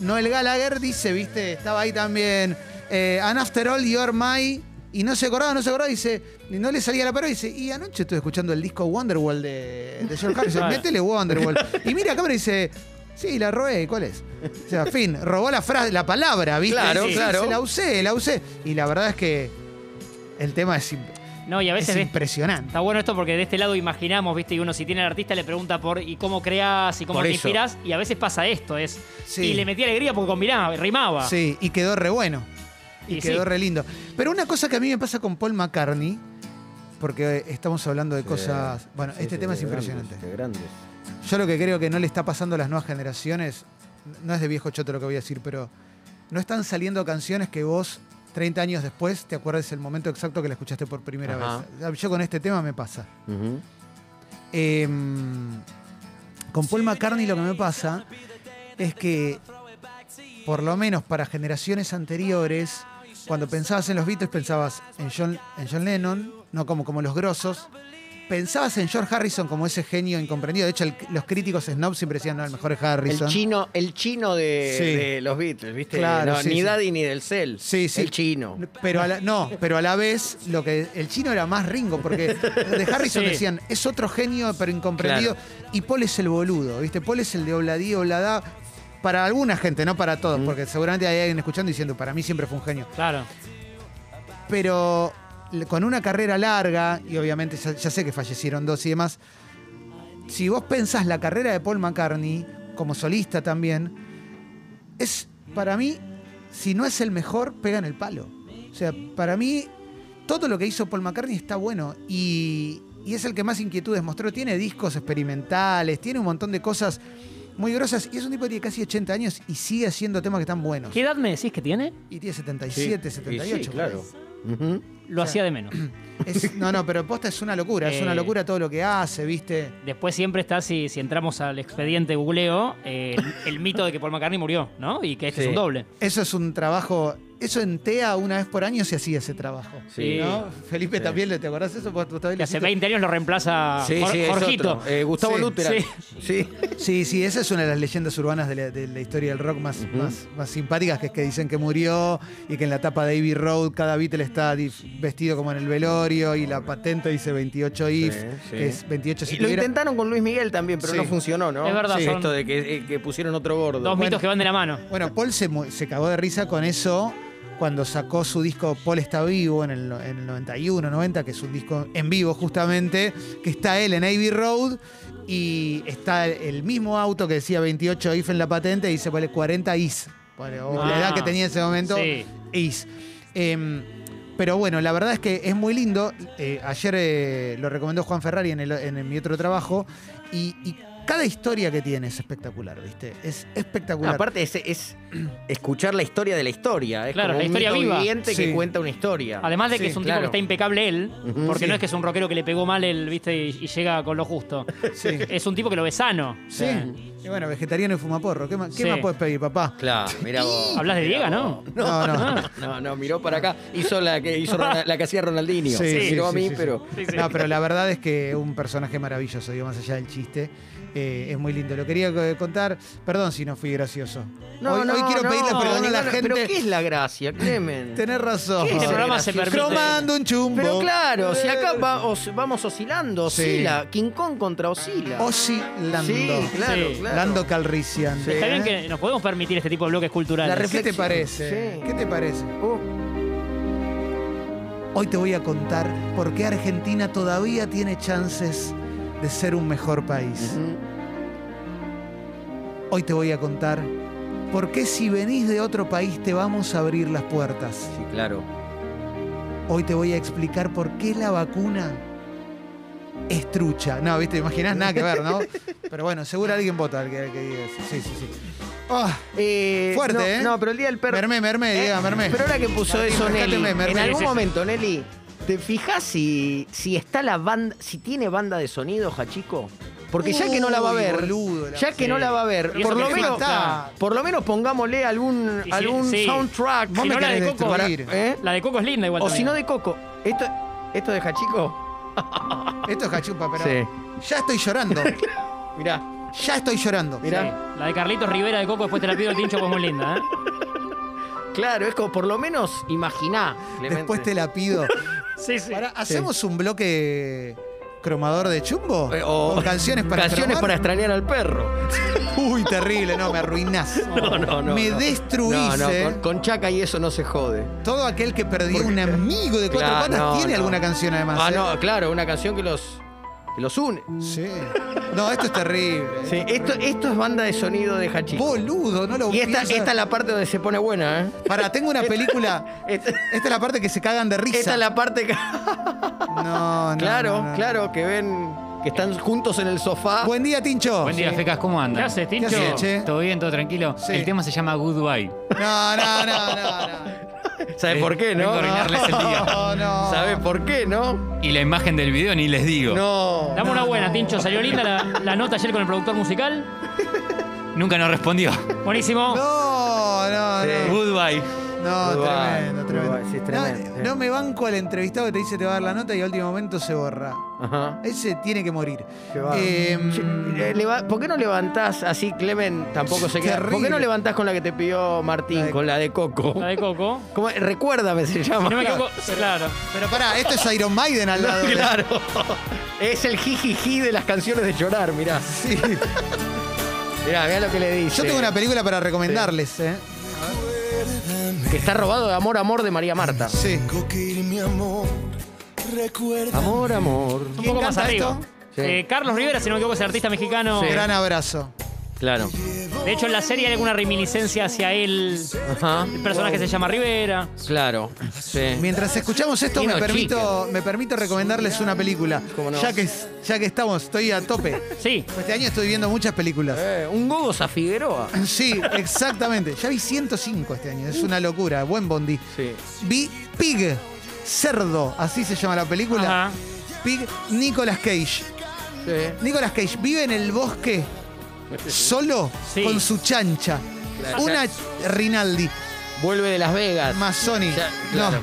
Speaker 1: Noel Gallagher dice, viste, estaba ahí también. eh, and after all, you're my. Y no se acordaba, no se acordaba, dice, y no le salía la palabra, dice, y anoche estuve escuchando el disco Wonderwall de, de
Speaker 4: [laughs]
Speaker 1: George Harrison,
Speaker 4: Claro.
Speaker 1: métele Wonderwall. Y mira a cámara y dice, sí, la robé, ¿cuál es? O sea, fin, robó la frase, la palabra, ¿viste?
Speaker 2: Claro,
Speaker 1: Dice, "Sí,
Speaker 2: claro.
Speaker 1: Se la usé, la usé. Y la verdad es que el tema es, imp-
Speaker 4: No, y a
Speaker 1: es
Speaker 4: veces ves-
Speaker 1: impresionante.
Speaker 4: Está bueno esto porque de este lado imaginamos, ¿viste? Y uno si tiene al artista le pregunta por y cómo creas y cómo
Speaker 2: Por
Speaker 4: te
Speaker 2: eso.
Speaker 4: inspiras. Y a veces pasa esto, es.
Speaker 1: Sí.
Speaker 4: Y le metí alegría porque combinaba, rimaba.
Speaker 1: Sí, y quedó re bueno.
Speaker 4: y
Speaker 1: Y quedó
Speaker 4: sí.
Speaker 1: re lindo. Pero una cosa que a mí me pasa con Paul McCartney, porque estamos hablando de cosas. Bueno, este tema es impresionante. Yo lo que creo que no le está pasando a las nuevas generaciones, no es de viejo choto lo que voy a decir, pero no están saliendo canciones que vos, 30 años después, te acuerdes el momento exacto que la escuchaste por primera
Speaker 2: Ajá.
Speaker 1: vez. Yo con este tema me pasa.
Speaker 2: Ujú.
Speaker 1: Eh, con Paul McCartney lo que me pasa es que, por lo menos para generaciones anteriores, cuando pensabas en los Beatles pensabas en John, en John Lennon, no como, como los grosos, pensabas en George Harrison como ese genio incomprendido. De hecho, el- los críticos snob siempre decían, no, el mejor es Harrison.
Speaker 2: El chino, el chino de,
Speaker 1: Sí.
Speaker 2: de los Beatles, ¿viste?
Speaker 1: Claro,
Speaker 2: No,
Speaker 1: sí,
Speaker 2: ni
Speaker 1: sí.
Speaker 2: Daddy ni del Cell.
Speaker 1: Sí, sí.
Speaker 2: El chino.
Speaker 1: Pero a la- no, pero a la vez lo que el chino era más Ringo, porque de Harrison
Speaker 4: Sí.
Speaker 1: decían, es otro genio pero incomprendido. Y Paul es el boludo, ¿viste? Paul es el de Obladí, Oblada, para alguna gente, no para todos, porque seguramente hay alguien escuchando diciendo, para mí siempre fue un genio.
Speaker 4: Claro.
Speaker 1: Pero l- con una carrera larga, y obviamente ya, ya sé que fallecieron dos y demás, si vos pensás la carrera de Paul McCartney, como solista también, es para mí, si no es el mejor, pega en el palo. O sea, para mí, todo lo que hizo Paul McCartney está bueno y, y es el que más inquietudes mostró. Tiene discos experimentales, tiene un montón de cosas muy grosas y es un tipo que tiene casi 80 años y sigue haciendo temas que están buenos.
Speaker 4: ¿Qué edad me decís que tiene?
Speaker 1: Y tiene 77,
Speaker 2: Sí,
Speaker 1: 78.
Speaker 2: sí,
Speaker 1: por ahí.
Speaker 2: claro. Ujú.
Speaker 4: Lo hacía de menos.
Speaker 1: Es- no, no, pero posta es una locura, es una
Speaker 4: Eh.
Speaker 1: locura todo lo que hace, ¿viste?
Speaker 4: [clears throat] Después siempre está, si, si entramos al expediente googleo, eh, el, el mito de que Paul McCartney murió, ¿no? Y que este
Speaker 2: Sí.
Speaker 4: es un doble.
Speaker 1: Eso es un trabajo. Eso en TEA una vez por año se hacía ese trabajo.
Speaker 2: Sí.
Speaker 1: ¿no? Felipe
Speaker 2: Sí.
Speaker 1: también, ¿te acordás de eso? Vos todavía
Speaker 4: Que
Speaker 1: lo
Speaker 4: hace
Speaker 1: hiciste.
Speaker 4: 20 años lo reemplaza
Speaker 2: Sí,
Speaker 4: Jor-
Speaker 2: sí, es
Speaker 4: Jorgito.
Speaker 2: otro. Eh, Gustavo
Speaker 1: Sí,
Speaker 2: Lutera.
Speaker 4: sí.
Speaker 2: sí.
Speaker 1: Sí, sí, esa es una de las leyendas urbanas de la, de la historia del rock más, más, más simpáticas, que es que dicen que murió y que en la tapa de Abbey Road cada Beatle está dif- vestido como en el velorio y la patente dice 28 if,
Speaker 2: sí.
Speaker 1: que es 28 si
Speaker 2: Y lo
Speaker 1: tuviera-
Speaker 2: intentaron con Luis Miguel también, pero
Speaker 1: Sí.
Speaker 2: no funcionó, ¿no?
Speaker 4: Es verdad,
Speaker 2: Sí.
Speaker 4: son-
Speaker 2: esto de que, eh, que pusieron otro
Speaker 4: Dos
Speaker 2: gordo.
Speaker 4: mitos que van de la mano.
Speaker 1: Bueno, Paul se, mu- se cagó de risa con eso cuando sacó su disco Paul está vivo en el, no- en el 91, 90, que es un disco en vivo justamente, que está él en Abbey Road y está el- el mismo auto que decía 28 IF en la patente y dice pone 40 IS, pone, o la
Speaker 4: Ah,
Speaker 1: edad que tenía en ese momento,
Speaker 4: sí.
Speaker 1: IS. Em, pero bueno, la verdad es que es muy lindo. Eh, ayer eh, lo recomendó Juan Ferrari en, el- en mi otro trabajo y, y cada historia que tiene es espectacular, ¿viste? Es espectacular.
Speaker 2: Aparte es, es escuchar la historia de la historia. Es
Speaker 4: Claro,
Speaker 2: como
Speaker 4: la
Speaker 2: un
Speaker 4: historia
Speaker 2: mito
Speaker 4: viva.
Speaker 2: viviente
Speaker 1: Sí.
Speaker 2: que cuenta una historia.
Speaker 4: Además de que
Speaker 1: Sí,
Speaker 4: es un
Speaker 2: claro.
Speaker 4: tipo que está impecable él,
Speaker 2: Ujú,
Speaker 4: porque
Speaker 1: sí.
Speaker 4: no es que es un rockero que le pegó mal el, viste, y, y llega con lo justo.
Speaker 1: Sí.
Speaker 4: Es un tipo que lo ve sano.
Speaker 1: Sí. Y bueno, vegetariano y fumaporro. ¿Qué más, qué
Speaker 4: Sí.
Speaker 1: más puedes pedir, papá?
Speaker 2: Claro, mira vos.
Speaker 4: Hablas de Diego, ¿no?
Speaker 1: [laughs] No, no.
Speaker 2: No, no, miró para acá. Hizo la que hizo Ronald- la que hacía Ronaldinho.
Speaker 1: Sí, sí,
Speaker 2: miró a
Speaker 1: sí,
Speaker 2: mí,
Speaker 1: sí, sí.
Speaker 2: pero.
Speaker 4: Sí, sí.
Speaker 1: No, pero la verdad es que un personaje maravilloso, digo, más allá del chiste. Eh, es muy lindo. Lo quería eh, contar. Perdón si no fui gracioso. hoy, hoy quiero pedirle perdón a la
Speaker 2: Nicolás,
Speaker 1: gente.
Speaker 2: Pero ¿qué es la
Speaker 1: [laughs]
Speaker 2: gracia, Clemen?
Speaker 1: Tenés razón.
Speaker 4: Este programa se
Speaker 2: gracioso.
Speaker 4: permite.
Speaker 1: [laughs] Cromando un chumbo.
Speaker 2: Pero claro, si acá va- os- vamos oscilando,
Speaker 1: Sí.
Speaker 2: oscila. King Kong contra oscila.
Speaker 1: Oscilando.
Speaker 2: Sí, claro,
Speaker 4: Sí.
Speaker 2: claro.
Speaker 1: Lando Calrissian. ¿Eh?
Speaker 2: Sí.
Speaker 4: Está bien que nos podemos permitir este tipo de bloques culturales.
Speaker 2: La ref-
Speaker 1: ¿Qué te
Speaker 2: Reflexión.
Speaker 1: parece?
Speaker 2: Sí.
Speaker 1: ¿Qué te parece?
Speaker 2: Uh,
Speaker 1: Hoy te voy a contar por qué Argentina todavía tiene chances de ser un mejor país.
Speaker 2: ujú.
Speaker 1: Hoy te voy a contar por qué si venís de otro país te vamos a abrir las puertas.
Speaker 2: Sí, claro.
Speaker 1: Hoy te voy a explicar por qué la vacuna es trucha. No, viste, ¿Te imaginás nada que ver,
Speaker 2: [laughs]
Speaker 1: ¿no? Pero bueno, seguro alguien vota al que, al que diga eso. Sí, sí, sí. Ah,
Speaker 2: Eh,
Speaker 1: Fuerte,
Speaker 2: no,
Speaker 1: ¿eh?
Speaker 2: No, pero el día del perro.
Speaker 1: mermé, mermé,
Speaker 2: Eh,
Speaker 1: diga, mermé.
Speaker 2: Pero ahora que puso
Speaker 1: Martín,
Speaker 2: eso
Speaker 1: rescáteme,
Speaker 2: Nelly, en
Speaker 1: mermé.
Speaker 2: algún
Speaker 4: Sí, sí.
Speaker 2: momento, Nelly, ¿te fijas si, si está la banda, si tiene banda de sonido, Jachico? Porque ya que no la va a
Speaker 1: Uy,
Speaker 2: ver,
Speaker 1: boludo, la-
Speaker 2: ya que
Speaker 4: Sí.
Speaker 2: no la va a ver,
Speaker 4: Y eso
Speaker 2: por
Speaker 4: que
Speaker 2: lo,
Speaker 4: le
Speaker 2: menos,
Speaker 1: falta.
Speaker 2: por lo menos pongámosle algún,
Speaker 4: Y si-
Speaker 2: algún
Speaker 4: sí.
Speaker 2: soundtrack.
Speaker 1: Vos
Speaker 4: Si
Speaker 1: me
Speaker 4: no la
Speaker 1: querés
Speaker 4: de Coco,
Speaker 1: destruir.
Speaker 2: ¿eh?
Speaker 4: La de Coco es linda igual.
Speaker 2: O
Speaker 4: también.
Speaker 2: si no de Coco. ¿Esto, esto de Jachico?
Speaker 1: Esto es cachupa, pero
Speaker 2: Sí.
Speaker 1: ya estoy
Speaker 2: [laughs]
Speaker 1: llorando.
Speaker 2: Mirá,
Speaker 1: Ya estoy llorando.
Speaker 4: Sí.
Speaker 2: mirá.
Speaker 4: La de Carlitos Rivera de Coco, después te la pido el tincho, pues muy linda, ¿eh?
Speaker 2: Claro, es como por lo menos imaginá. Clemente.
Speaker 1: Después te la
Speaker 2: [laughs]
Speaker 1: pido.
Speaker 4: Sí, sí.
Speaker 1: Pará, ¿Hacemos un bloque cromador de chumbo?
Speaker 2: Eh, o-
Speaker 1: ¿Con canciones para
Speaker 2: Canciones
Speaker 1: cromar?
Speaker 2: para extrañar al perro.
Speaker 1: Uy, terrible, no, me arruinás.
Speaker 2: No, no, no.
Speaker 1: me
Speaker 2: no.
Speaker 1: destruís.
Speaker 2: No, no,
Speaker 1: eh.
Speaker 2: con, con Chaca y eso no se jode.
Speaker 1: Todo aquel que perdió
Speaker 2: Porque-
Speaker 1: un amigo de cuatro
Speaker 2: Claro,
Speaker 1: patas
Speaker 2: no,
Speaker 1: tiene
Speaker 2: no.
Speaker 1: alguna canción además.
Speaker 2: Ah,
Speaker 1: eh.
Speaker 2: no, claro, una canción que los, que los une.
Speaker 1: Sí. No, esto es terrible.
Speaker 2: Esto, esto es banda de sonido de Hachiko.
Speaker 1: Boludo, no lo
Speaker 2: Y esta,
Speaker 1: pienso.
Speaker 2: esta es la parte donde se pone buena, ¿eh?
Speaker 1: Pará, tengo
Speaker 2: [laughs]
Speaker 1: una película.
Speaker 2: Esta,
Speaker 1: Esta es la parte que se cagan de risa.
Speaker 2: esta es la parte que.
Speaker 1: No, no.
Speaker 2: claro,
Speaker 1: no, no.
Speaker 2: claro, que ven que están juntos en el sofá.
Speaker 1: Buen día, Tincho.
Speaker 5: Buen día,
Speaker 2: Sí.
Speaker 5: Fecas, ¿cómo andan?
Speaker 4: ¿Qué haces, Tincho?
Speaker 1: ¿Qué haces, che?
Speaker 5: ¿Todo bien? ¿Todo tranquilo?
Speaker 1: Sí.
Speaker 5: El tema se llama Goodbye.
Speaker 1: No, no, no, no. no.
Speaker 2: ¿Sabes
Speaker 5: Eh,
Speaker 2: por qué, no?
Speaker 5: vengo a arruinarles
Speaker 1: [laughs]
Speaker 5: el día.
Speaker 1: No, no.
Speaker 2: ¿Sabes por qué, no?
Speaker 5: Y la imagen del video ni les digo.
Speaker 2: No.
Speaker 4: Dame una buena, Tincho. Salió linda la, la nota ayer con el productor musical.
Speaker 1: [laughs]
Speaker 5: Nunca nos respondió.
Speaker 4: Buenísimo.
Speaker 1: No, no, no.
Speaker 2: Sí.
Speaker 5: Goodbye.
Speaker 1: No, No,
Speaker 2: Uruguay,
Speaker 1: tremendo, tremendo.
Speaker 2: Uruguay, sí, es tremendo,
Speaker 1: No,
Speaker 2: sí.
Speaker 1: no me banco al entrevistado que te dice te va a dar la nota y al último momento se borra.
Speaker 2: Ajá.
Speaker 1: Ese tiene que morir.
Speaker 2: Qué bárbaro.
Speaker 1: Em,
Speaker 2: Che, eh, leva- ¿Por qué no levantás así, Clemen? Tampoco se queda. ¿Por qué
Speaker 1: Terrible.
Speaker 2: no levantás con la que te pidió Martín,
Speaker 1: La de-
Speaker 2: con la de Coco?
Speaker 4: La de Coco.
Speaker 2: ¿Cómo? Recuérdame, se
Speaker 4: Si
Speaker 2: llama.
Speaker 4: no me equivoco, claro.
Speaker 1: pero pará, esto es Iron Maiden
Speaker 2: [laughs]
Speaker 1: al lado. de-
Speaker 2: Claro. Es el jijiji de las canciones de llorar, mirá.
Speaker 1: Sí.
Speaker 2: Mirá, mirá lo que le dice.
Speaker 1: Yo tengo una película para recomendarles, ¿eh?
Speaker 2: Que está robado de Amor, Amor de María Marta.
Speaker 1: Sí.
Speaker 6: Tengo que ir, mi amor. Recuerda.
Speaker 2: Amor, amor.
Speaker 4: Un poco más
Speaker 1: canta
Speaker 4: arriba.
Speaker 2: esto?
Speaker 4: Eh, Carlos Rivera, si no me equivoco, es el artista mexicano.
Speaker 2: Sí.
Speaker 1: Gran abrazo.
Speaker 2: Claro.
Speaker 4: De hecho, en la serie hay alguna reminiscencia hacia él.
Speaker 2: Ajá.
Speaker 4: El personaje se llama Rivera.
Speaker 2: Claro. Sí.
Speaker 1: Mientras escuchamos esto,
Speaker 2: Y
Speaker 1: me
Speaker 2: no,
Speaker 1: permito, me permito recomendarles una película.
Speaker 2: ¿Cómo no?
Speaker 1: Ya que, ya que estamos, estoy a tope.
Speaker 4: Sí.
Speaker 1: Este año estoy viendo muchas películas.
Speaker 2: Eh, un gogo a Figueroa.
Speaker 1: Sí, exactamente. Ya vi 105 este año. Es una locura. Buen Bondi.
Speaker 2: Sí.
Speaker 1: Vi Pig, Cerdo, así se llama la película.
Speaker 4: Ajá.
Speaker 1: Pig, Nicolas Cage.
Speaker 2: Sí.
Speaker 1: Nicolas Cage vive en el bosque solo
Speaker 4: Sí.
Speaker 1: con su chancha.
Speaker 2: Claro.
Speaker 1: Una Rinaldi,
Speaker 2: Vuelve de Las Vegas.
Speaker 1: Mazzoni.
Speaker 2: Ya,
Speaker 1: No.
Speaker 2: claro.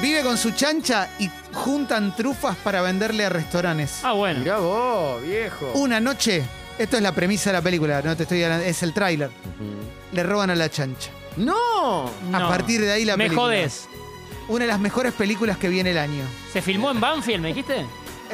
Speaker 1: Vive con su chancha y juntan trufas para venderle a restaurantes.
Speaker 4: Ah, bueno.
Speaker 2: Mirá vos, viejo.
Speaker 1: Una noche, esto es la premisa de la película, no te estoy hablando, es el tráiler. Le roban a la chancha.
Speaker 2: ¡No!
Speaker 1: A partir de ahí la
Speaker 4: Me
Speaker 1: película.
Speaker 4: jodes.
Speaker 1: Una de las mejores películas que viene el año.
Speaker 4: ¿Se filmó en Banfield, me dijiste?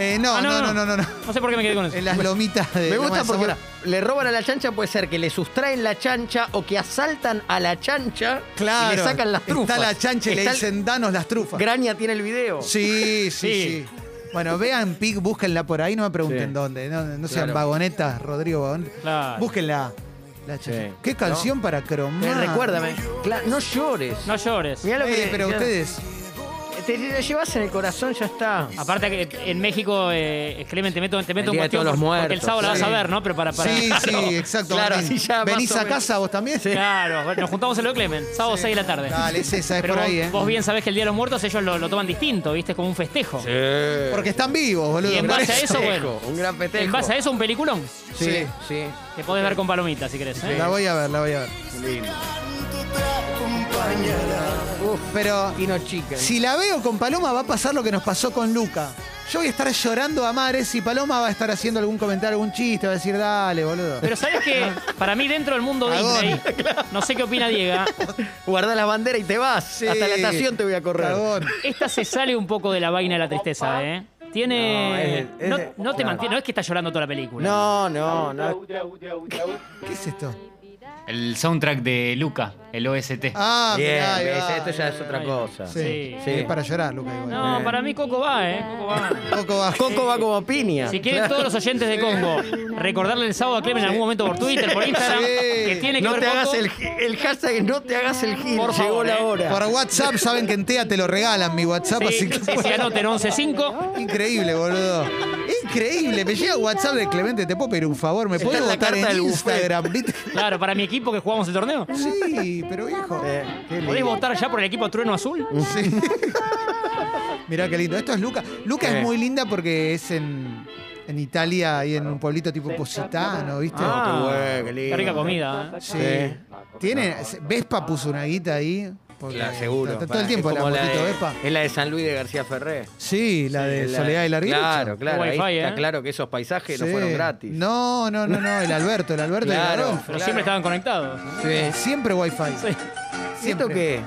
Speaker 1: Eh, no,
Speaker 4: Ah,
Speaker 1: no, no, no, no, no.
Speaker 4: No sé por qué me quedé con eso.
Speaker 1: En las lomitas de
Speaker 2: Me
Speaker 1: Loma
Speaker 2: gusta
Speaker 1: de
Speaker 2: porque
Speaker 1: Zamora.
Speaker 2: le roban a la chancha, puede ser que le sustraen la chancha o que asaltan a la chancha
Speaker 1: Claro.
Speaker 2: y le sacan las trufas.
Speaker 1: Está la chancha y le
Speaker 2: Está el-
Speaker 1: dicen, danos las trufas.
Speaker 2: Graña tiene el video.
Speaker 1: Sí, sí, sí,
Speaker 4: Sí.
Speaker 1: Bueno, vean Pig, búsquenla por ahí, no me pregunten
Speaker 2: Sí.
Speaker 1: dónde. No, no sean
Speaker 2: Claro.
Speaker 1: vagonetas, Rodrigo Vagoneta.
Speaker 4: Claro.
Speaker 1: Búsquenla. La chancha.
Speaker 2: Sí.
Speaker 1: Qué canción para cromar.
Speaker 2: Eh, recuérdame. Cla- no llores.
Speaker 4: Ah. No llores.
Speaker 2: Mirá lo que
Speaker 1: Eh,
Speaker 2: le-
Speaker 1: pero
Speaker 2: mirá-
Speaker 1: ustedes,
Speaker 2: Te, te lo llevas en el corazón, ya está.
Speaker 4: Aparte que en México, eh, Clemen, te meto, te
Speaker 2: El
Speaker 4: meto
Speaker 2: Día
Speaker 4: un
Speaker 2: de
Speaker 4: cuestión
Speaker 2: Todos los
Speaker 4: porque- porque el
Speaker 2: Muertos.
Speaker 4: sábado la vas
Speaker 1: Sí.
Speaker 4: a ver, ¿no? Pero para... para
Speaker 1: Sí, sí, exacto.
Speaker 2: Claro,
Speaker 1: Martín.
Speaker 2: así ya más
Speaker 1: ¿Venís
Speaker 2: o
Speaker 1: a
Speaker 2: menos.
Speaker 1: casa vos también?
Speaker 4: [laughs] Claro, nos juntamos en lo de Clemen, sábado 6 de la tarde.
Speaker 1: Dale, es esa, es
Speaker 4: Pero
Speaker 1: por
Speaker 4: vos,
Speaker 1: ahí, ¿eh?
Speaker 4: vos bien sabés que el Día de los Muertos ellos lo, lo toman distinto, ¿viste? Es como un festejo.
Speaker 1: Porque están vivos, boludo.
Speaker 4: Y en
Speaker 1: por
Speaker 4: base a eso, bueno.
Speaker 2: Festejo, Un gran festejo.
Speaker 4: En base a eso, un peliculón
Speaker 2: Sí, sí.
Speaker 4: que podés ver con palomitas, si querés. ¿eh?
Speaker 1: La voy a ver, la voy a ver.
Speaker 2: Uf,
Speaker 1: Pero
Speaker 2: Kino Chicken.
Speaker 1: si la veo con Paloma va a pasar lo que nos pasó con Luca. Yo voy a estar llorando a mares y Paloma va a estar haciendo algún comentario, algún chiste, va a decir, dale, boludo.
Speaker 4: Pero sabés que para mí dentro del mundo
Speaker 1: Cagón. [laughs]
Speaker 4: Disney, no sé qué opina Diego,
Speaker 2: Guardá la bandera y te vas.
Speaker 1: Sí.
Speaker 2: Hasta la estación te voy a correr.
Speaker 1: Cagón.
Speaker 4: esta se sale un poco de la vaina de la tristeza, ¿eh?
Speaker 2: No,
Speaker 4: Tiene... No,
Speaker 2: es de- es de-
Speaker 4: no te
Speaker 2: claro.
Speaker 4: mantiene, no es que está llorando toda la película.
Speaker 2: No, no, no.
Speaker 1: ¿Qué es esto?
Speaker 5: El soundtrack de Luca, el OST.
Speaker 1: Ah,
Speaker 2: Bien,
Speaker 1: mirá, ahí
Speaker 2: ves,
Speaker 1: va.
Speaker 2: esto ya es otra cosa.
Speaker 1: Sí,
Speaker 4: Sí.
Speaker 1: sí, es para llorar, Luca. Igual.
Speaker 4: No, para mí Coco va, ¿eh? Coco va.
Speaker 1: Coco va.
Speaker 2: Coco va como piña.
Speaker 4: Si quieren
Speaker 2: Claro.
Speaker 4: todos los oyentes de Congo recordarle el sábado a Clemen en algún momento por Twitter, por Instagram,
Speaker 1: Sí.
Speaker 4: que tiene que
Speaker 2: No
Speaker 4: ver
Speaker 2: te hagas
Speaker 4: Coco.
Speaker 2: el, el hashtag, no te hagas el gil.
Speaker 4: Por
Speaker 2: Llegó
Speaker 4: favor,
Speaker 2: la
Speaker 4: eh.
Speaker 2: hora.
Speaker 1: Por WhatsApp saben que en TEA te lo regalan mi WhatsApp,
Speaker 4: Sí,
Speaker 1: así que.
Speaker 4: sí, sí, anoten 11.5.
Speaker 1: Increíble, boludo. Increíble. Me llega WhatsApp de Clemente, te puedo pedir un favor. ¿Me
Speaker 2: Está
Speaker 1: puedes
Speaker 2: en la
Speaker 1: votar
Speaker 2: carta
Speaker 1: en
Speaker 2: del
Speaker 1: Instagram? ¿viste?
Speaker 4: Claro, para mi equipo que jugamos el torneo.
Speaker 1: Sí, pero viejo.
Speaker 2: Eh, qué lindo.
Speaker 4: ¿Podéis votar ya por el equipo Trueno Azul?
Speaker 1: Sí. [laughs] Mirá qué lindo. Esto es Luca. Luca
Speaker 2: Eh.
Speaker 1: es muy linda porque es en, en Italia y en un pueblito tipo Positano, ¿viste?
Speaker 2: Ah, qué bueno, qué lindo.
Speaker 4: Qué rica comida. ¿eh?
Speaker 1: Sí.
Speaker 2: Eh.
Speaker 1: Tiene. Vespa puso una guita ahí. porque
Speaker 2: La seguro.
Speaker 1: Está, todo
Speaker 2: Pará,
Speaker 1: el tiempo
Speaker 2: es
Speaker 1: la
Speaker 2: como
Speaker 1: motito
Speaker 2: de-
Speaker 1: Vespa.
Speaker 2: Es la de San Luis de García Ferré.
Speaker 1: Sí, la de
Speaker 2: Sí,
Speaker 1: Soledad y Larguirucho.
Speaker 2: Claro, claro. Ahí
Speaker 4: Wi-Fi,
Speaker 2: está
Speaker 4: ¿eh?
Speaker 2: claro que esos paisajes no
Speaker 1: Sí.
Speaker 2: fueron gratis.
Speaker 1: No, no, no, no. El Alberto, el Alberto y el
Speaker 2: Claro.
Speaker 1: Adolfo.
Speaker 4: Pero siempre estaban conectados.
Speaker 2: Sí.
Speaker 1: Siempre wifi.
Speaker 4: Sí.
Speaker 2: ¿Siento
Speaker 1: Siempre.
Speaker 2: que